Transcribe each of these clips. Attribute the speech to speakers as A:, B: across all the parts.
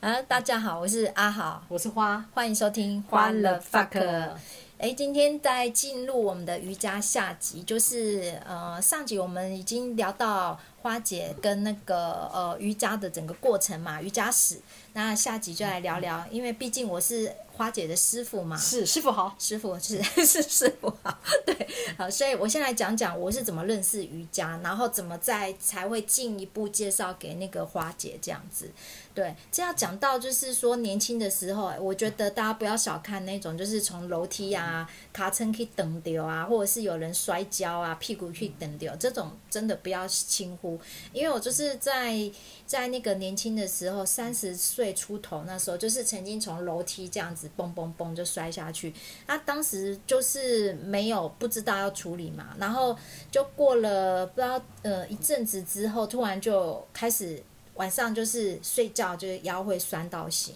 A: 啊，大家好，我是阿豪，
B: 我是花，
A: 欢迎收听《欢乐 fuck》。哎，今天在进入我们的瑜伽下集，就是呃上集我们已经聊到花姐跟那个呃瑜伽的整个过程嘛，瑜伽史。那下集就来聊聊，因为毕竟我是花姐的师傅嘛，
B: 是师傅好，
A: 师傅是 是师傅好，对，好，所以我先来讲讲我是怎么认识瑜伽，然后怎么再才会进一步介绍给那个花姐这样子。对，这要讲到就是说年轻的时候，我觉得大家不要小看那种就是从楼梯啊、卡车去等丢啊，或者是有人摔跤啊、屁股去等丢，这种真的不要轻忽，因为我就是在在那个年轻的时候，三十岁出头那时候，就是曾经从楼梯这样子蹦蹦蹦就摔下去，那当时就是没有不知道要处理嘛，然后就过了不知道呃一阵子之后，突然就开始。晚上就是睡觉，就是腰会酸到醒，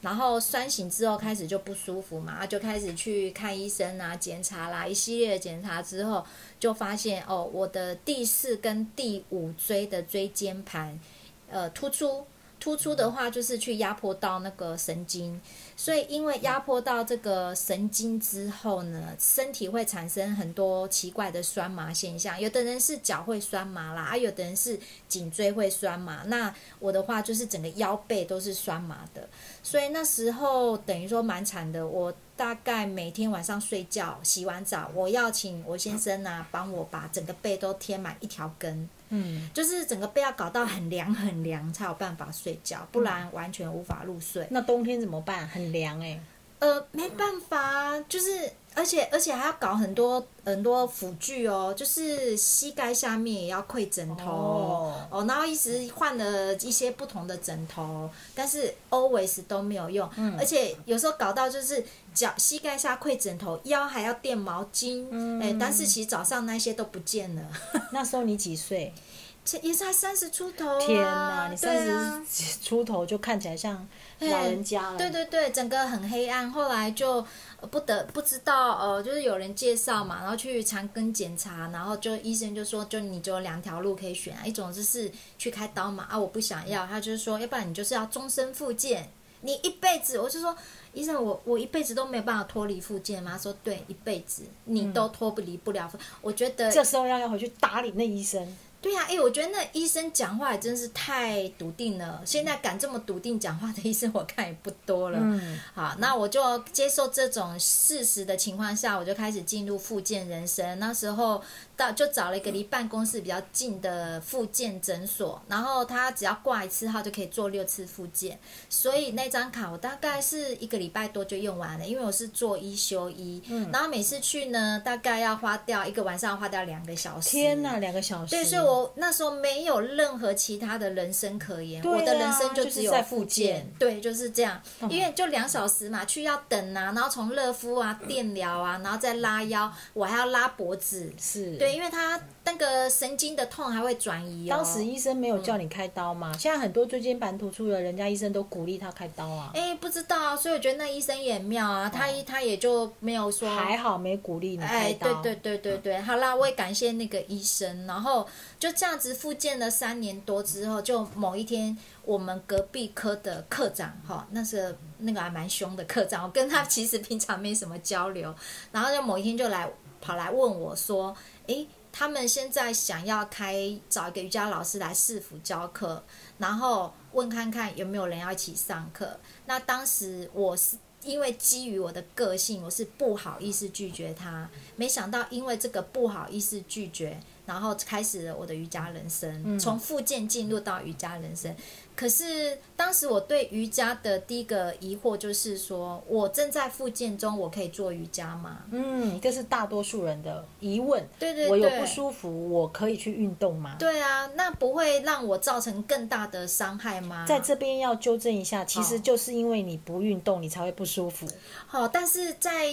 A: 然后酸醒之后开始就不舒服嘛，就开始去看医生啊、检查啦，一系列的检查之后，就发现哦，我的第四跟第五椎的椎间盘，呃，突出，突出的话就是去压迫到那个神经，所以因为压迫到这个神经之后呢，身体会产生很多奇怪的酸麻现象。有的人是脚会酸麻啦，啊，有的人是颈椎会酸麻。那我的话就是整个腰背都是酸麻的，所以那时候等于说蛮惨的。我大概每天晚上睡觉、洗完澡，我要请我先生啊帮我把整个背都贴满一条根。
B: 嗯，
A: 就是整个背要搞到很凉很凉才有办法睡觉，不然完全无法入睡。
B: 那冬天怎么办？很凉哎、
A: 呃，没办法，啊就是而且而且还要搞很多很多辅具哦，就是膝盖下面也要跪枕头哦
B: 哦
A: 然后一直换了一些不同的枕头，但是 always 都没有用，
B: 嗯
A: 而且有时候搞到就是脚膝盖下跪枕头，腰还要垫毛巾，哎、
B: 嗯
A: 但是其实早上那些都不见了，
B: 那时候你几岁？
A: 这也才三十出头、啊，
B: 天哪，你
A: 对
B: 三
A: 啊
B: 十出头就看起来像老人家了。
A: 对对对，整个很黑暗。后来就呃不得不知道，呃，就是有人介绍嘛，然后去长庚检查，然后就医生就说，就你只有两条路可以选啊，一种就是去开刀嘛，啊，我不想要，他就是说，要不然你就是要终身复健，你一辈子，我就说。医生，我我一辈子都没有办法脱离复健吗？他说对，一辈子你都脱不离不了。我觉得
B: 这时候要要回去打理那医生，
A: 对呀、啊，哎、我觉得那医生讲话也真是太笃定了。现在敢这么笃定讲话的医生，我看也不多了。
B: 嗯，
A: 好，那我就接受这种事实的情况下，我就开始进入复健人生。那时候到就找了一个离办公室比较近的复健诊所，然后他只要挂一次号就可以做六次复健，所以那张卡我大概是一个礼拜多就用完了，因为我是做一休一，
B: 嗯
A: 然后每次去呢，大概要花掉一个晚上要花掉两个小时。
B: 天哪，两个小时。
A: 对，所以我那时候没有任何其他的人生可言，
B: 对啊
A: 我的人生只有
B: 就是在
A: 复
B: 复健嗯
A: 对，就是这样，因为就两小时嘛，去要等啊，然后从热敷啊、电疗啊，然后再拉腰，我还要拉脖子。
B: 是
A: 对，。因为它那个神经的痛还会转移哦。
B: 当时医生没有叫
A: 嗯
B: 你开刀嘛？现在很多椎间盘突出的人家医生都鼓励他开刀啊，
A: 哎，不知道，所以我觉得那医生也很妙啊，他他也就没有说
B: 哦还好没鼓励你开
A: 哎，
B: 刀。嗯
A: 对对对对对，好啦，我也感谢那个医生。然后就这样子复健了三年多之后，就某一天，我们隔壁科的科长哈，那是那个还蛮凶的科长，我跟 他其实平常没什么交流，然后就某一天就来跑来问我说，诶。他们现在想要开找一个瑜伽老师来市府教课，然后问看看有没有人要一起上课。那当时我是因为基于我的个性，我是不好意思拒绝他。没想到因为这个不好意思拒绝，然后开始了我的瑜伽人生，从复健进入到瑜伽人生。可是当时我对瑜伽的第一个疑惑就是说，我正在复健中，我可以做瑜伽吗？
B: 嗯，这是大多数人的疑问。
A: 对对对，
B: 我有不舒服，我可以去运动吗？
A: 对啊，那不会让我造成更大的伤害吗？
B: 在这边要纠正一下，其
A: 嗯
B: 实就是因为你不运动，你才会不舒服。
A: 好，但是在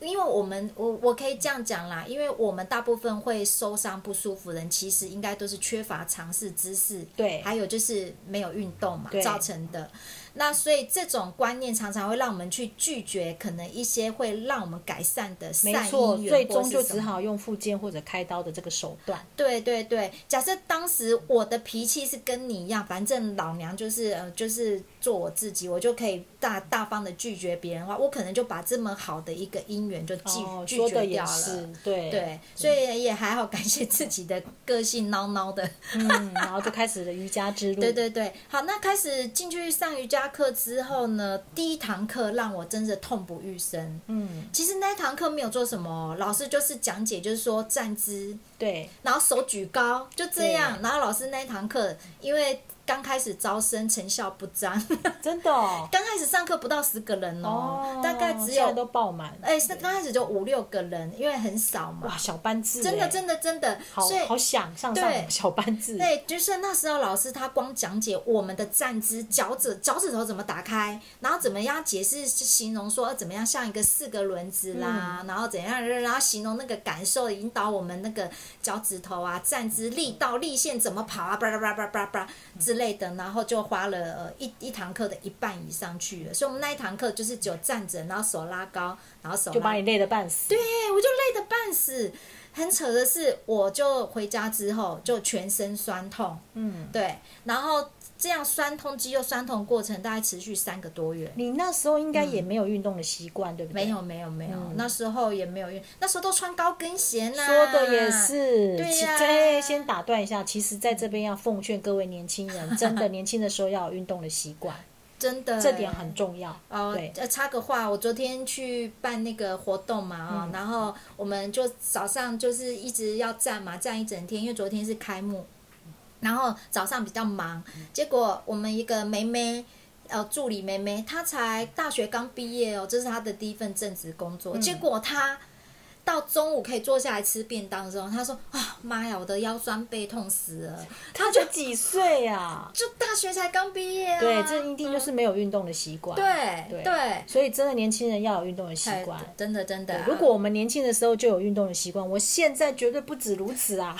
A: 因为我们我我可以这样讲啦，因为我们大部分会受伤不舒服的人，其实应该都是缺乏尝试知识，
B: 对
A: 还有就是没有运动嘛
B: 对
A: 造成的。那所以这种观念常常会让我们去拒绝可能一些会让我们改善的善
B: 没
A: 因缘
B: 错，最
A: 或
B: 终
A: 是
B: 就
A: 什
B: 只
A: 么
B: 好用附件或者开刀的这个手段。
A: 对对对，假设当时我的脾气是跟你一样，反正老娘就是呃就是做我自己，我就可以大大方的拒绝别人的话，我可能就把这么好的一个姻缘就拒、
B: 哦，
A: 拒
B: 说的
A: 绝
B: 也
A: 掉
B: 是
A: 了。，
B: 对，
A: 对，所以也还好，感谢自己的个性孬孬的。
B: 嗯，然后就开始了瑜伽之路。
A: 对对对，好，那开始进去上瑜伽课之后呢，第一堂课让我真的痛不欲生。
B: 嗯，
A: 其实那一堂课没有做什么，老师就是讲解，就是说站姿，
B: 对，
A: 然后手举高，就这样。然后老师那一堂课，因为刚开始招生成效不彰，
B: 真的哦，
A: 刚开始上课不到十个人哦，
B: 哦
A: 大概只
B: 现在
A: 有
B: 都爆满，
A: 哎，是刚开始就五六个人，因为很少嘛
B: 哇，。小班制，
A: 真的，
B: 的，
A: 真的，真的，
B: 好
A: 所以
B: 好想上
A: 对
B: 上小班制，
A: 对，就是那时候老师他光讲解我们的站姿、脚趾脚趾头怎么打开，然后怎么样解释形容说呃怎么样像一个四个轮子啦，
B: 嗯
A: 然后怎样，然后形容那个感受，引导我们那个脚趾头啊、站姿、力道、力线怎么跑啊，巴拉巴拉巴拉巴拉巴拉之类的，然后就花了呃一一堂课的一半以上去了，所以我们那一堂课就是只有站着，然后手拉高，然后手
B: 就
A: 拉
B: 把你累得半死。
A: 对，我就累得半死。很扯的是，我就回家之后就全身酸痛，
B: 嗯，
A: 对，然后这样酸痛肌肉酸痛过程大概持续三个多月。
B: 你那时候应该也没有运动的习惯，对不
A: 嗯
B: 对？
A: 没有没有没有，
B: 嗯
A: 那时候也没有运，那时候都穿高跟鞋呢。
B: 说的也，是，
A: 对
B: 其
A: 呀
B: 哎先打断一下，其实在这边要奉劝各位年轻人，真的年轻的时候要有运动的习惯，
A: 真的，
B: 这点很重要。
A: 哦
B: 对，
A: 呃，插个话，我昨天去办那个活动嘛啊、然后我们就早上就是一直要站嘛，站一整天，因为昨天是开幕，然后早上比较忙，嗯结果我们一个妹妹。呃，助理妹妹，她才大学刚毕业哦，这是她的第一份正职工作。结果她到中午可以坐下来吃便当的时候，她说：“啊，妈呀，我的腰酸背痛死 了！”
B: 他才几岁呀？
A: 就大学才刚毕业啊，
B: 对，这一定就是没有运动的习惯。
A: 对
B: 对
A: 对，
B: 所以真的年轻人要有运动的习
A: 哎
B: 惯。
A: 真的真的啊、
B: 如果我们年轻的时候就有运动的习惯，我现在绝对不止如此 啊！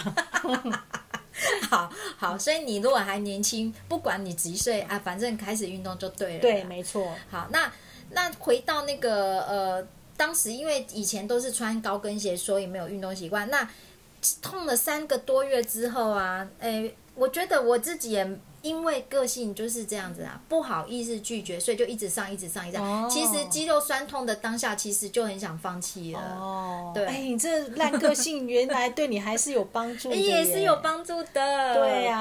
A: 好好，所以你如果还年轻，不管你几岁啊，反正开始运动就对了。
B: 对，，没错，
A: 好，那那回到那个呃，当时因为以前都是穿高跟鞋，所以没有运动习惯。那痛了三个多月之后啊，诶、我觉得我自己也因为个性就是这样子啊，不好意思拒绝，所以就一直上，一直上，一直上。
B: 哦
A: 其实肌肉酸痛的当下，其实就很想放弃了。
B: 哦，
A: 对
B: 哎，你这烂个性原来对你还是有帮助的耶，
A: 也是有帮助的。
B: 对呀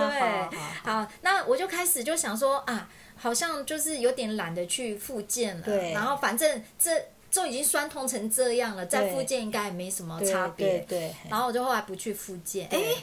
A: 对
B: 好
A: 好那我就开始就想说啊，好像就是有点懒得去复健了。
B: 对
A: 然后反正这就已经酸痛成这样了，再
B: 对
A: 复健应该也没什么
B: 对
A: 差别。
B: 对对，
A: 然后我就后来不去复健，哎
B: 对，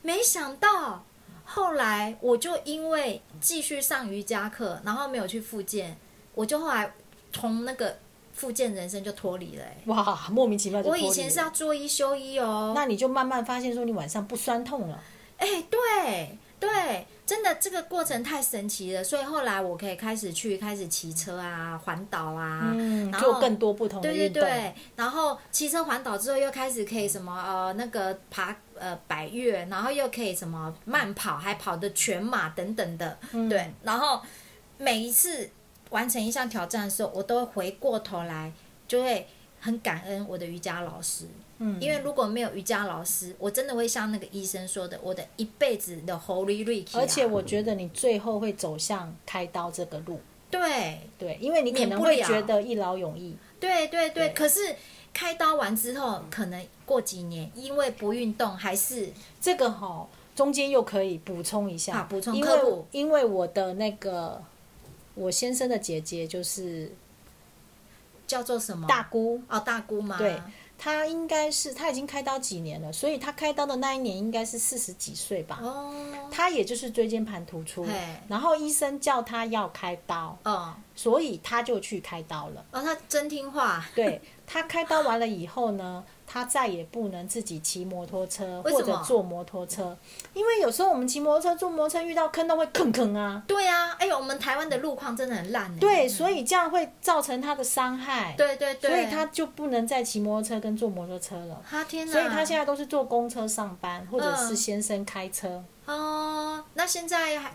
A: 没想到后来我就因为继续上瑜伽课，然后没有去复健，我就后来从那个复健人生就脱离了、哎
B: 哇，莫名其妙就
A: 我
B: 脱
A: 以
B: 离
A: 前是
B: 了
A: 要做一休一哦，
B: 那你就慢慢发现说你晚上不酸痛了，
A: 哎、对对，真的这个过程太神奇了，所以后来我可以开始去开始骑车啊，环岛啊，
B: 嗯，
A: 然
B: 做
A: 后
B: 更多不同的
A: 对对
B: 运动，
A: 对，然后骑车环岛之后又开始可以什么呃那个爬呃百越，然后又可以什么慢跑，还跑的全马等等的，
B: 嗯
A: 对，然后每一次完成一项挑战的时候，我都会回过头来，就会很感恩我的瑜伽老师，
B: 嗯，
A: 因为如果没有瑜伽老师，我真的会像那个医生说的，我的一辈子的 Holy Ricky，、啊、
B: 而且我觉得你最后会走向开刀这个路，
A: 对
B: 对，因为你可
A: 免
B: 能
A: 不
B: 会
A: 了
B: 觉得一劳永逸，
A: 对对对，
B: 对
A: 可是开刀完之后，可能过几年因为不运动还是
B: 这个哈、中间又可以补充一下，
A: 好补充
B: 因
A: 科
B: 为
A: 普
B: 因为我的那个我先生的姐姐就是
A: 叫做什么
B: 大姑，
A: 哦大姑吗？
B: 对她应该是她已经开刀几年了，所以她开刀的那一年应该是四十几岁吧，
A: 哦
B: 她也就是椎间盘突出
A: 嘿，
B: 然后医生叫她要开刀，
A: 哦
B: 所以她就去开刀了。
A: 哦，他真听话，
B: 对 她开刀完了以后呢，她再也不能自己骑摩托车
A: 为什
B: 或
A: 么
B: 者坐摩托车，因为有时候我们骑摩托车、坐摩托车遇到坑都会吭吭啊。
A: 对呀、啊，哎呦，我们台湾的路况真的很烂欸
B: 对，所以这样会造成他的伤害，
A: 对对对，
B: 所以他就不能再骑摩托车跟坐摩托车了。
A: 他天哪，
B: 所以他现在都是坐公车上班，或者
A: 嗯
B: 是先生开车。
A: 在哦，那现在还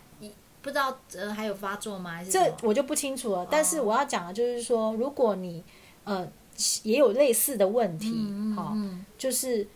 A: 不知道呃还有发作吗？还是什
B: 这
A: 么嗯
B: 我就不清楚
A: 哦
B: 了。但是我要讲的就是说，如果你呃也有类似的问题，
A: 嗯嗯
B: 好、
A: 嗯
B: 就是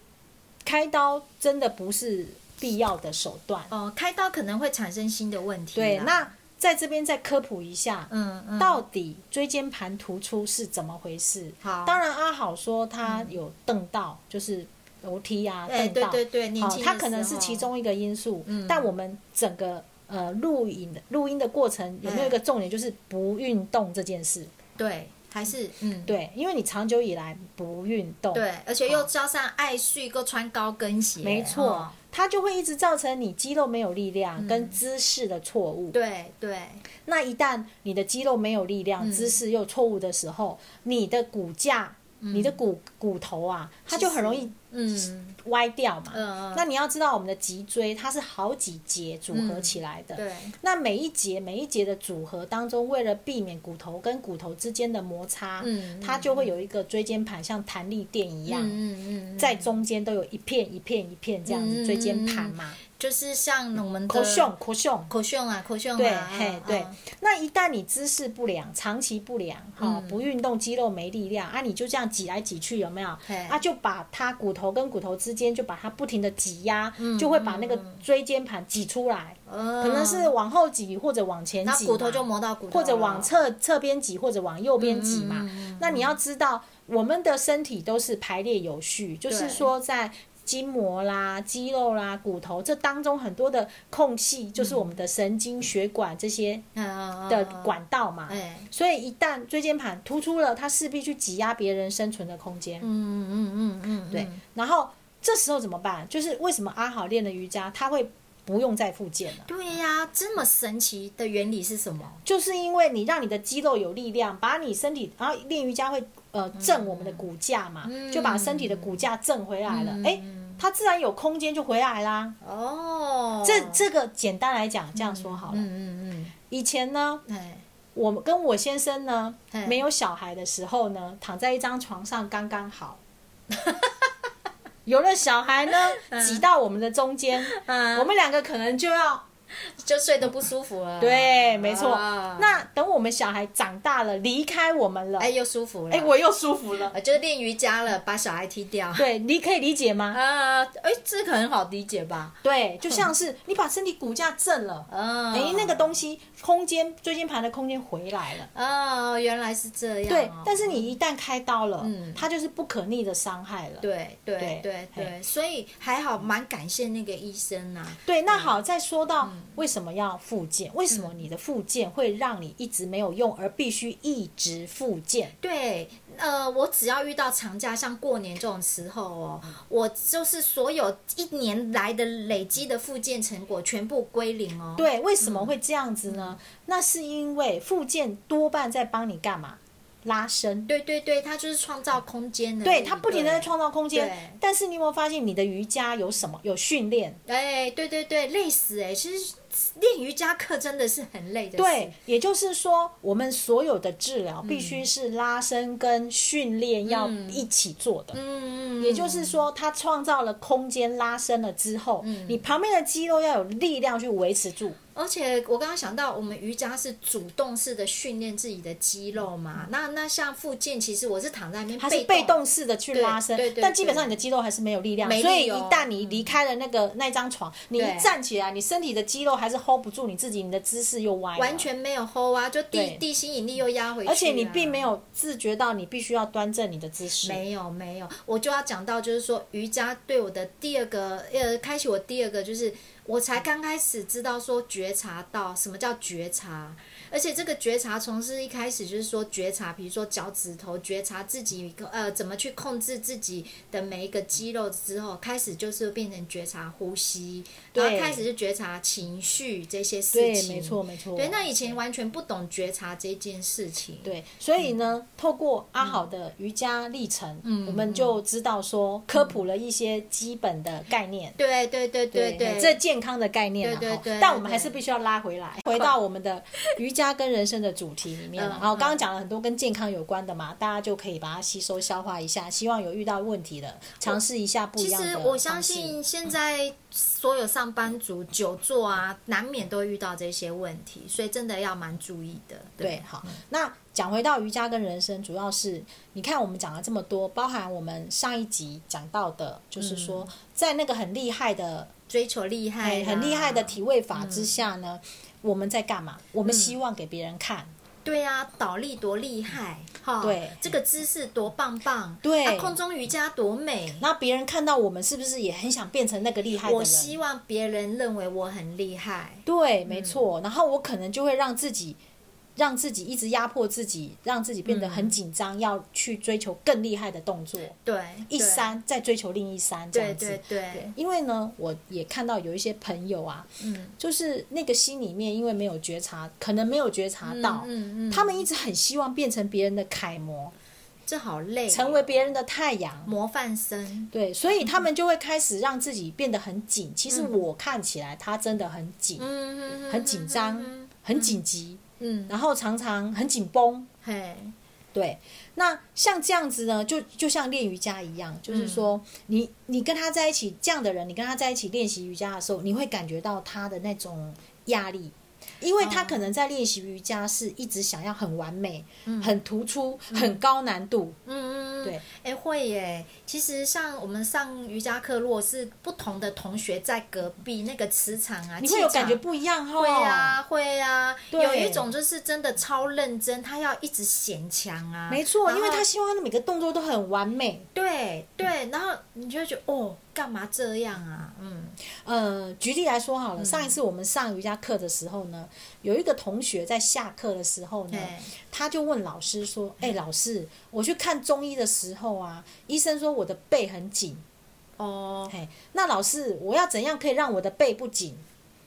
B: 开刀真的不是必要的手段。
A: 哦，开刀可能会产生新的问题啦。
B: 对，那在这边再科普一下，
A: 嗯嗯，
B: 到底椎间盘突出是怎么回事？
A: 好，
B: 当然，阿好说他有蹬到，就是楼梯啊，
A: 哎
B: 蹬
A: 对
B: 到，
A: 对对，年
B: 好
A: 轻，的
B: 它可能
A: 时
B: 是
A: 候
B: 其中一个因素。
A: 嗯
B: 但我们整个呃录影的录音的过程有没有一个重点，就是不运动这件事？
A: 对，还是嗯
B: 对，因为你长久以来不运动，
A: 对，而且又加上爱睡，够穿高跟鞋，
B: 没错，
A: 哦
B: 它就会一直造成你肌肉没有力量
A: 嗯
B: 跟姿势的错误。
A: 对对，
B: 那一旦你的肌肉没有力量，
A: 嗯
B: 姿势又错误的时候，你的骨架、你的骨骨头啊，它就很容易
A: 嗯
B: 歪掉嘛。
A: 嗯，
B: 那你要知道，我们的脊椎它是好几节组合起来的。
A: 嗯对，
B: 那每一节每一节的组合当中，为了避免骨头跟骨头之间的摩擦，
A: 嗯
B: 它就会有一个椎间盘像弹力垫一样，
A: 嗯嗯嗯，
B: 在中间都有一片一片一片这样子、
A: 嗯
B: 椎间盘嘛。
A: 就是像我们的
B: 口胸口胸，
A: 口胸啊，口胸
B: 对，
A: 啊
B: 嘿
A: 嗯，
B: 对
A: 嗯。
B: 那一旦你姿势不良、长期不良，哈、
A: 嗯
B: 不运动，肌肉没力量啊，你就这样挤来挤去，有没有？
A: 嘿
B: 啊，就把它骨头跟骨头之间就把它不停的挤压，
A: 嗯
B: 就会把那个椎间盘挤出来，
A: 呃
B: 可能是往后挤或者往前
A: 那
B: 挤嘛，
A: 骨头就磨到骨头
B: 或
A: 了，
B: 者往侧侧边挤或者往右边挤嘛。
A: 嗯嗯嗯嗯
B: 那你要知道，我们的身体都是排列有序，就是说在。筋膜啦、肌肉啦、骨头这当中很多的空隙，就是我们的神经、血管这些
A: 嗯
B: 的，管道嘛。
A: 嗯嗯哎，
B: 所以一旦椎间盘突出了，它势必去挤压别人生存的空间。
A: 嗯嗯嗯嗯，
B: 对
A: 嗯
B: 然后这时候怎么办？就是为什么阿好练的瑜伽，他会不用再复健了？
A: 对呀，这么神奇的原理是什么？
B: 就是因为你让你的肌肉有力量，把你身体，然后练瑜伽会呃正我们的骨架嘛，
A: 嗯
B: 就把身体的骨架正回来了，
A: 嗯
B: 哎、它自然有空间就回来啦。
A: 哦，
B: 这这个简单来讲，这样说好了。
A: 嗯嗯
B: 以前呢，
A: 嗯，哎，
B: 我们跟我先生呢
A: 嘿
B: 没有小孩的时候呢，躺在一张床上刚 刚好。有了小孩呢，挤到我们的中间，
A: 嗯
B: 我们两个可能就要
A: 就睡得不舒服了。
B: 对，没错。
A: 啊
B: 那等我们小孩长大了，离开我们了，
A: 哎
B: 哎、
A: 又舒服了，
B: 我又舒服了。
A: 呃就是练瑜伽了，把小孩踢掉。
B: 对，你可以理解吗？
A: 啊，哎，这个很好理解吧？
B: 对，就像是你把身体骨架正了，
A: 嗯，
B: 哎、那个东西空间椎间盘的空间回来了。
A: 哦，原来是这样哦。
B: 对，但是你一旦开刀了，
A: 嗯
B: 它就是不可逆的伤害了。
A: 对对
B: 对
A: 对
B: 嘿
A: 对，所以还好，蛮感谢那个医生啊呐。
B: 对，那好，再说到为什么要复健，为什么你的复健会让你一直没有用，而必须一直复健？
A: 对，呃，我只要遇到长假，像过年这种时候哦，我就是所有一年来的累积的复健成果全部归零哦。
B: 对，为什么会这样子呢？那是因为复健多半在帮你干嘛？拉伸。
A: 对对对，它就是创造空间的。
B: 对，它不停的在
A: 对
B: 创造空间
A: 对。
B: 但是你有没有发现，你的瑜伽有什么？有训练。
A: 哎，对对对，累死哎、其实练瑜伽课真的是很累的事。
B: 对，也就是说，我们所有的治疗必须是拉伸跟训练要
A: 嗯
B: 一起做的。
A: 嗯，嗯，
B: 也就是说，它创造了空间，拉伸了之后，
A: 嗯
B: 你旁边的肌肉要有力量去维持住。
A: 而且我刚刚想到，我们瑜伽是主动式的训练自己的肌肉嘛。那那像附件，其实我是躺在那边，
B: 嗯它是被动式的去拉伸
A: 对对，对
B: 但基本上你的肌肉还是没有力量，
A: 没力
B: 所以一
A: 哦
B: 旦你离开了那个那张床，你
A: 对
B: 一站起来，你身体的肌肉还是 hold 不住你自己，你的姿势又歪了，
A: 完，全没有 hold 啊，就地
B: 对
A: 地心引力又压回去啊、
B: 而且你并没有自觉到你必须要端正你的姿势。
A: 没有没有，我就要讲到就是说瑜伽对我的第二个呃，开启我第二个就是我才刚开始知道说觉察到什么叫觉察，而且这个觉察从是一开始就是说觉察，比如说脚趾头觉察自己一个呃怎么去控制自己的每一个肌肉之后，开始就是变成觉察呼吸，然后
B: 对
A: 开始就觉察情绪这些事
B: 对，
A: 情，
B: 没错，。没错。
A: 对，那以前完全不懂觉察这件事情。
B: 对，所以呢，透过阿好的瑜伽历程，
A: 嗯
B: 我们就知道说科普了一些基本的概念。
A: 对对对对对，
B: 这健康的概念啊，
A: 对对
B: 哈
A: 对
B: 但我们
A: 对
B: 还是必须要拉回来，回到我们的瑜伽跟人生的主题里面，
A: 嗯
B: 然后刚刚讲了很多跟健康有关的嘛，大家就可以把它吸收消化一下。希望有遇到问题的，尝试一下不一
A: 其
B: 样的
A: 实
B: 方式。
A: 我相信现在所有上班族久坐啊，难免都会遇到这些问题，所以真的要蛮注意的。
B: 对，好，
A: 嗯
B: 那讲回到瑜伽跟人生，主要是你看我们讲了这么多，包含我们上一集讲到的，
A: 嗯
B: 就是说、在那个很厉害的、
A: 追求厉害、
B: 哎
A: 啊，嗯
B: 很厉害的体位法之下呢，我们在干嘛？我们希望给别人看，
A: 对啊，倒立多厉害哈！
B: 对
A: 这个姿势多棒棒，
B: 对
A: 啊空中瑜伽多美。
B: 那别人看到我们是不是也很想变成那个厉害的人？
A: 我希嗯望别人认为我很厉害，
B: 对，没错。然后我可能就会让自己，让自己一直压迫自己，让自己变得
A: 嗯
B: 很紧张，要去追求更厉害的动作，
A: 对，
B: 一
A: 对，
B: 山再追求另一山这
A: 对
B: 样子。
A: 对对，
B: 因为呢，我也看到有一些朋友啊，
A: 嗯，
B: 就是那个心里面因为没有觉察，可能没有觉察到，
A: 嗯嗯嗯，
B: 他们一直很希望变成别人的楷模，
A: 这好累，
B: 成为别人的太阳。
A: 模范生，
B: 对，所以他们就会开始让自己变得很紧。其实我看起来他真的很紧，
A: 嗯，
B: 很紧张
A: 嗯
B: 很紧急，
A: 嗯，
B: 然后常常很紧绷。
A: 嘿，
B: 对，那像这样子呢，就就像练瑜伽一样，
A: 嗯
B: 就是说，你你跟他在一起，这样的人，你跟他在一起练习瑜伽的时候，你会感觉到他的那种压力，因为他
A: 哦
B: 可能在练习瑜伽是一直想要很完美、
A: 嗯
B: 很突出、很高难度，
A: 嗯嗯，嗯
B: 对，
A: 哎、会耶。其实像我们上瑜伽课，如果是不同的同学在隔壁，那个磁场啊，
B: 你会有
A: 气场
B: 感觉不一样哦。
A: 会啊，会啊，
B: 对
A: 有一种就是真的超认真，他要一直显强啊，
B: 没错，
A: 然
B: 因
A: 后
B: 为他希望他的每个动作都很完美。
A: 对对，然后你就会觉得哦，干嘛这样啊？嗯
B: 呃，举例来说好了，上一次我们上瑜伽课的时候呢，有一个同学在下课的时候呢，
A: 对
B: 他就问老师说：“哎、老师，我去看中医的时候啊，医生说我的背很紧，
A: 哦，
B: 哎，那老师，我要怎样可以让我的背不紧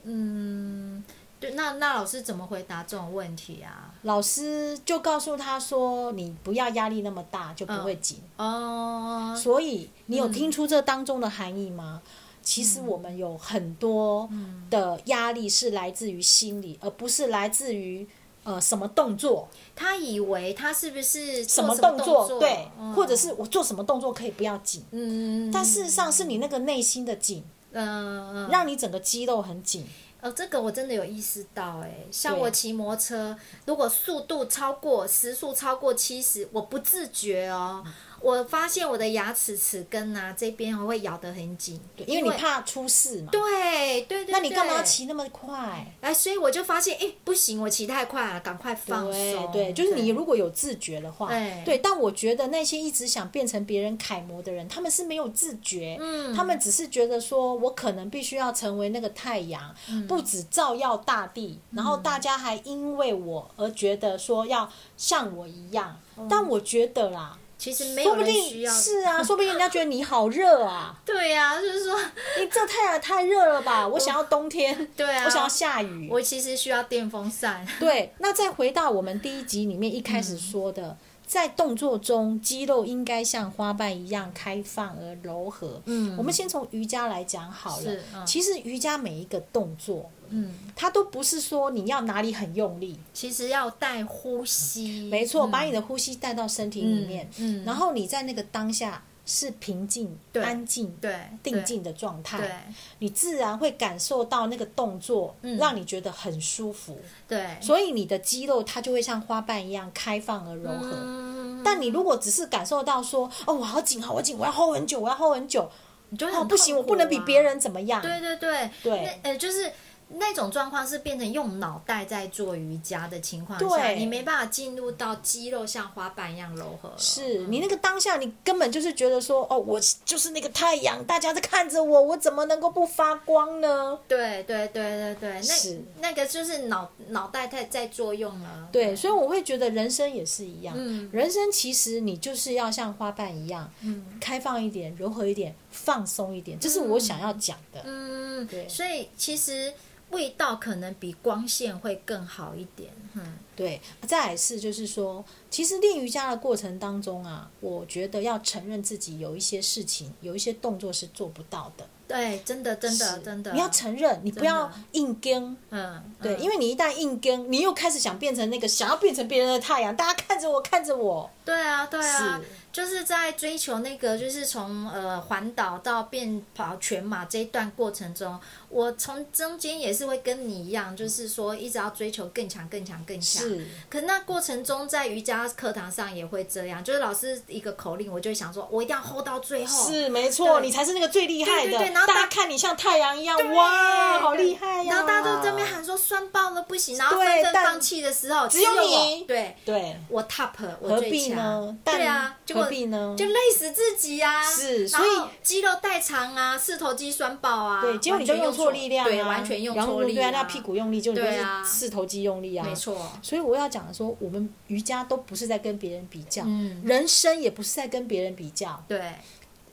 A: 嗯，对，那那老师怎么回答这种问题啊？？”
B: 老师就告诉他说：“你不要压力那么大，就不会紧。
A: 哦，
B: 所以你有听出这当中的含义吗？其实我们有很多的压力是来自于心理，而不是来自于呃什么动作、
A: 他以为他是不是
B: 什
A: 做
B: 么
A: 么
B: 动
A: 作？
B: 对，
A: 嗯
B: 或者是我做什么动作可以不要紧。
A: 嗯，
B: 但事实上是你那个内心的紧，
A: 嗯，嗯
B: 让你整个肌肉很紧。
A: 哦，这个我真的有意识到哎、像
B: 对
A: 我骑摩托车，如果速度超过时速超过七十，我不自觉哦，
B: 嗯
A: 我发现我的牙齿齿根啊这边哦会咬得很紧，
B: 因为你怕出事嘛。
A: 对对对，
B: 那你干嘛要
A: 对？
B: 骑那么快？
A: 哎，所以我就发现，哎，不行，我骑太快了，赶快放松。
B: 对，就是你如果有自觉的话，
A: 对
B: 对。但我觉得那些一直想变成别人楷模的人，他们是没有自觉，
A: 嗯
B: 他们只是觉得说我可能必须要成为那个太阳，
A: 嗯
B: 不止照耀大地，然后大家还因为我而觉得说要像我一样。但我觉得啦，
A: 其实没
B: 说
A: 哦有
B: 不
A: 人需
B: 定
A: 要。
B: 是啊，说不定人家觉得你好热啊。
A: 对呀、就是说，
B: 你这太阳太热了吧？我想要冬天，
A: 对啊
B: 我想要下雨。
A: 我其实需要电风扇。
B: 对，那再回到我们第一集里面一开始说的，
A: 嗯
B: 在动作中，肌肉应该像花瓣一样开放而柔和。
A: 嗯
B: 我们先从瑜伽来讲好了
A: 是。嗯
B: 其实瑜伽每一个动作，
A: 嗯，
B: 它都不是说你要哪里很用力，
A: 其实要带呼吸。
B: 没错，把你的呼吸带到身体里面，
A: 嗯嗯嗯
B: 然后你在那个当下是平静、
A: 对
B: 安静、
A: 对，
B: 定静的状
A: 对。对
B: 态。你自然会感受到那个动作，
A: 嗯
B: 让你觉得很舒服，
A: 对，
B: 所以你的肌肉它就会像花瓣一样开放而柔和。
A: 嗯，
B: 但你如果只是感受到说，哦，我好紧，好紧，我要 hold 很久，我要 hold 很久，
A: 你就会很
B: 哦，不行，
A: 痛
B: 我
A: 苦
B: 不能比
A: 啊
B: 别。人怎么样。
A: 对对对
B: 对
A: 那呃，就是那种状况是变成用脑袋在做瑜伽的情况下，
B: 对
A: 你没办法进入到肌肉像花瓣一样柔和了。嗯
B: 是你那个当下，你根本就是觉得说，哦，我就是那个太阳，大家都看着我，我怎么能够不发光呢？
A: 对对对对对，
B: 是
A: 那那个就是脑脑袋在在作用了。
B: 对，所以我会觉得人生也是一样，
A: 嗯
B: 人生其实你就是要像花瓣一样，
A: 嗯
B: 开放一点，柔和一点，放松一点，这是我想要讲的。
A: 嗯，
B: 对
A: 所以其实味道可能比光线会更好一点。嗯，
B: 对，啊再来是就是说，其实练瑜伽的过程当中啊，我觉得要承认自己有一些事情，有一些动作是做不到的。
A: 对，真的，真的，
B: 是
A: 真的，
B: 你要承认，你不要硬跟。
A: 嗯，
B: 对，
A: 嗯
B: 因为你一旦硬跟，你又开始想变成那个想要变成别人的太阳，大家看着我，看着我，
A: 对啊，对啊
B: 是，
A: 就是在追求那个，就是从呃环岛到变跑全马这一段过程中，我从中间也是会跟你一样，就是说一直要追求更强、更强、更强。
B: 是
A: 可那过程中，在瑜伽课堂上也会这样，就是老师一个口令，我就会想说，我一定要 hold 到最后。
B: 是没错，
A: 对
B: 你才是那个最厉害
A: 对
B: 的
A: 对对然后，大
B: 大家看你像太阳一样，
A: 对
B: 哇，好厉害呀！
A: 然后大家都这边喊说酸爆了不行，然后
B: 对
A: 纷纷
B: 但
A: 放弃的时候，只
B: 有
A: 我
B: 你
A: 对
B: 对，
A: 我 top，我
B: 何
A: 最
B: 必
A: 强
B: 呢？。
A: 对啊，结
B: 但
A: 果
B: 何必呢？
A: 就累死自己呀、啊。
B: 是
A: 然后
B: 所以
A: 肌肉代偿啊，四头肌酸爆啊，
B: 对，结果你就
A: 完全用
B: 错力量啊，
A: 对，完全用
B: 然后
A: 错力、
B: 对啊，那屁股用力就你就
A: 对
B: 是
A: 啊
B: 四头肌用力啊，
A: 没。错，
B: 所以我要讲的说，我们瑜伽都不是在跟别人比较，
A: 嗯，
B: 人生也不是在跟别人比较，
A: 对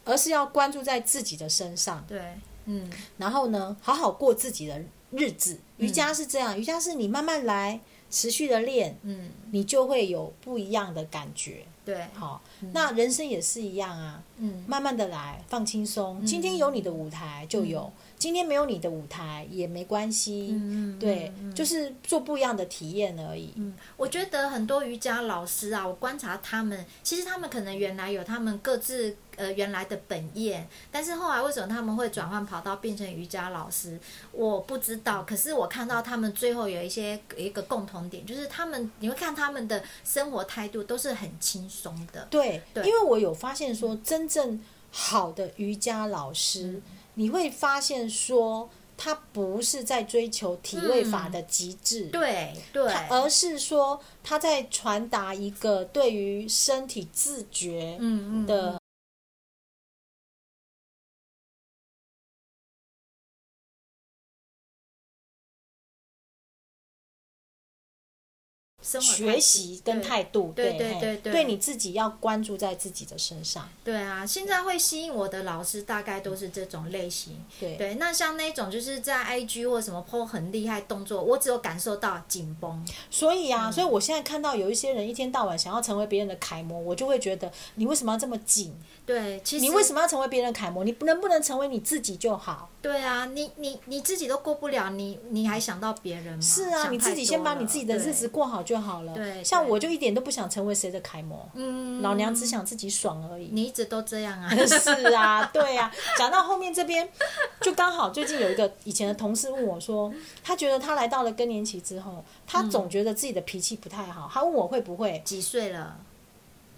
B: 而是要关注在自己的身上，
A: 对，嗯
B: 然后呢，好好过自己的日子。瑜伽是这样，瑜伽是你慢慢来，持续的练，
A: 嗯，
B: 你就会有不一样的感觉。
A: 对，
B: 好，那人生也是一样啊，
A: 嗯
B: 慢慢的来，放轻松。今天有你的舞台就有，今天没有你的舞台也没关系。
A: 嗯，
B: 对，
A: 嗯
B: 就是做不一样的体验而已。
A: 嗯，我觉得很多瑜伽老师啊，我观察他们，其实他们可能原来有他们各自呃原来的本业，但是后来为什么他们会转换跑道变成瑜伽老师，我不知道。可是我看到他们最后有一些有一个共同点，就是他们你会看他们的生活态度都是很轻松的，
B: 对，
A: 对嗯
B: 因为我有发现说，真正好的瑜伽老师，你会发现说，他不是在追求体位法的极致，
A: 嗯对对，
B: 他呃而是说他在传达一个对于身体自觉
A: 嗯嗯
B: 的、
A: 生活态度
B: 学习跟态度，
A: 对对
B: 对嘿
A: 对对
B: 对你自己要关注在自己的身上，
A: 对啊，现在会吸引我的老师大概都是这种类型。
B: 对
A: 对，那像那种就是在 IG 或什么 PO 很厉害动作，我只有感受到紧绷。
B: 所以
A: 嗯
B: 啊，所以我现在看到有一些人一天到晚想要成为别人的楷模，我就会觉得你为什么要这么紧？
A: 对，其实
B: 你为什么要成为别人的楷模？你能不能成为你自己就好？
A: 对啊，你你你自己都过不了，你你还想到别人吗？
B: 是
A: 想
B: 啊，
A: 太
B: 你自己
A: 多
B: 先把
A: 了
B: 你自己的日子。
A: 对
B: 过好就好了。
A: 对
B: 像
A: 对
B: 我就一点都不想成为谁的楷模，
A: 嗯，
B: 老娘只想自己爽而已。
A: 你一直都这 样啊。
B: 是啊，对啊。讲到后面这边，就刚好最近有一个以前的同事问我说，他觉得他来到了更年期之后，他
A: 嗯
B: 总觉得自己的脾气不太好。他问我会不会
A: 几岁了？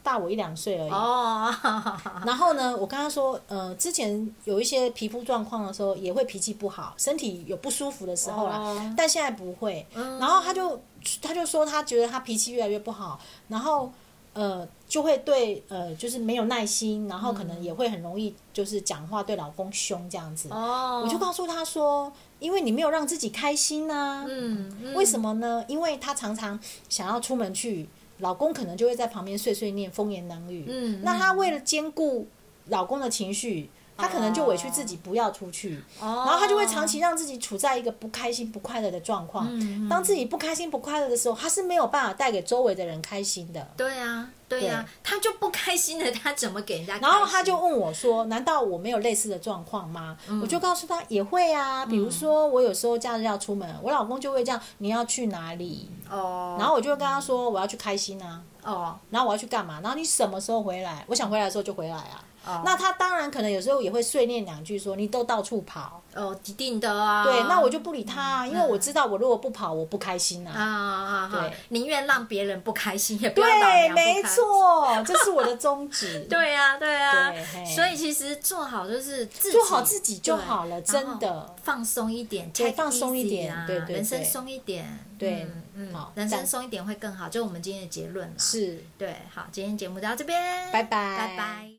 B: 大我一两岁而已。
A: 哦，
B: 然后呢，我跟他说，呃，之前有一些皮肤状况的时候，也会脾气不好，身体有不舒服的时候啦，
A: 哦
B: 但现在不会。
A: 嗯
B: 然后他就他就说，他觉得他脾气越来越不好，然后呃，就会对呃，就是没有耐心，然后可能也会很容易就是讲话对老公凶这样子。
A: 哦，
B: 我就告诉他说，因为你没有让自己开心呐、
A: 嗯，嗯
B: 为什么呢？因为她常常想要出门去，老公可能就会在旁边碎碎念、风言冷语。
A: 嗯
B: 那她为了兼顾老公的情绪，她可能就委屈自己不要出去，
A: 哦，
B: 然后她就会长期让自己处在一个不开心、不快乐的状况。
A: 嗯嗯
B: 当自己不开心、不快乐的时候，她是没有办法带给周围的人开心的。
A: 对啊，对呀、啊，他就不开心了，他怎么给人家开心？
B: 然后他就问我说：“难道我没有类似的状况吗？”
A: 嗯
B: 我就告诉他也会啊，比如说我有时候假日要出门，我老公就会这样：“你要去哪里？”
A: 哦，
B: 然后我就跟他说我要去开心啊，
A: 哦
B: 然后我要去干嘛？然后你什么时候回来？我想回来的时候就回来啊。
A: 哦
B: 那他当然可能有时候也会碎念两句说你都到处跑，
A: 哦，嗯一定的啊。
B: 对，那我就不理他啊，因为我知道我如果不跑我不开心
A: 啊
B: 啊。
A: 啊啊
B: 对！
A: 宁愿让别人不开心，也不要让老
B: 对，
A: 娘不开
B: 没。错，这是我的宗旨。，
A: 对啊，对啊
B: 对，嘿
A: 所以其实做好就是自己
B: 做好自己就
A: 对
B: 好
A: 然
B: 了
A: 后
B: 真的
A: 放松一点，
B: 对
A: take
B: 放松一
A: easy
B: 点
A: 啊
B: 对对
A: 人生
B: 对
A: 松一点，
B: 对
A: 嗯，嗯
B: 好
A: 人生
B: 但
A: 松一点会更好，就我们今天的结论啦。
B: 是。
A: 对，好，今天节目到这边，
B: 拜拜
A: 拜拜。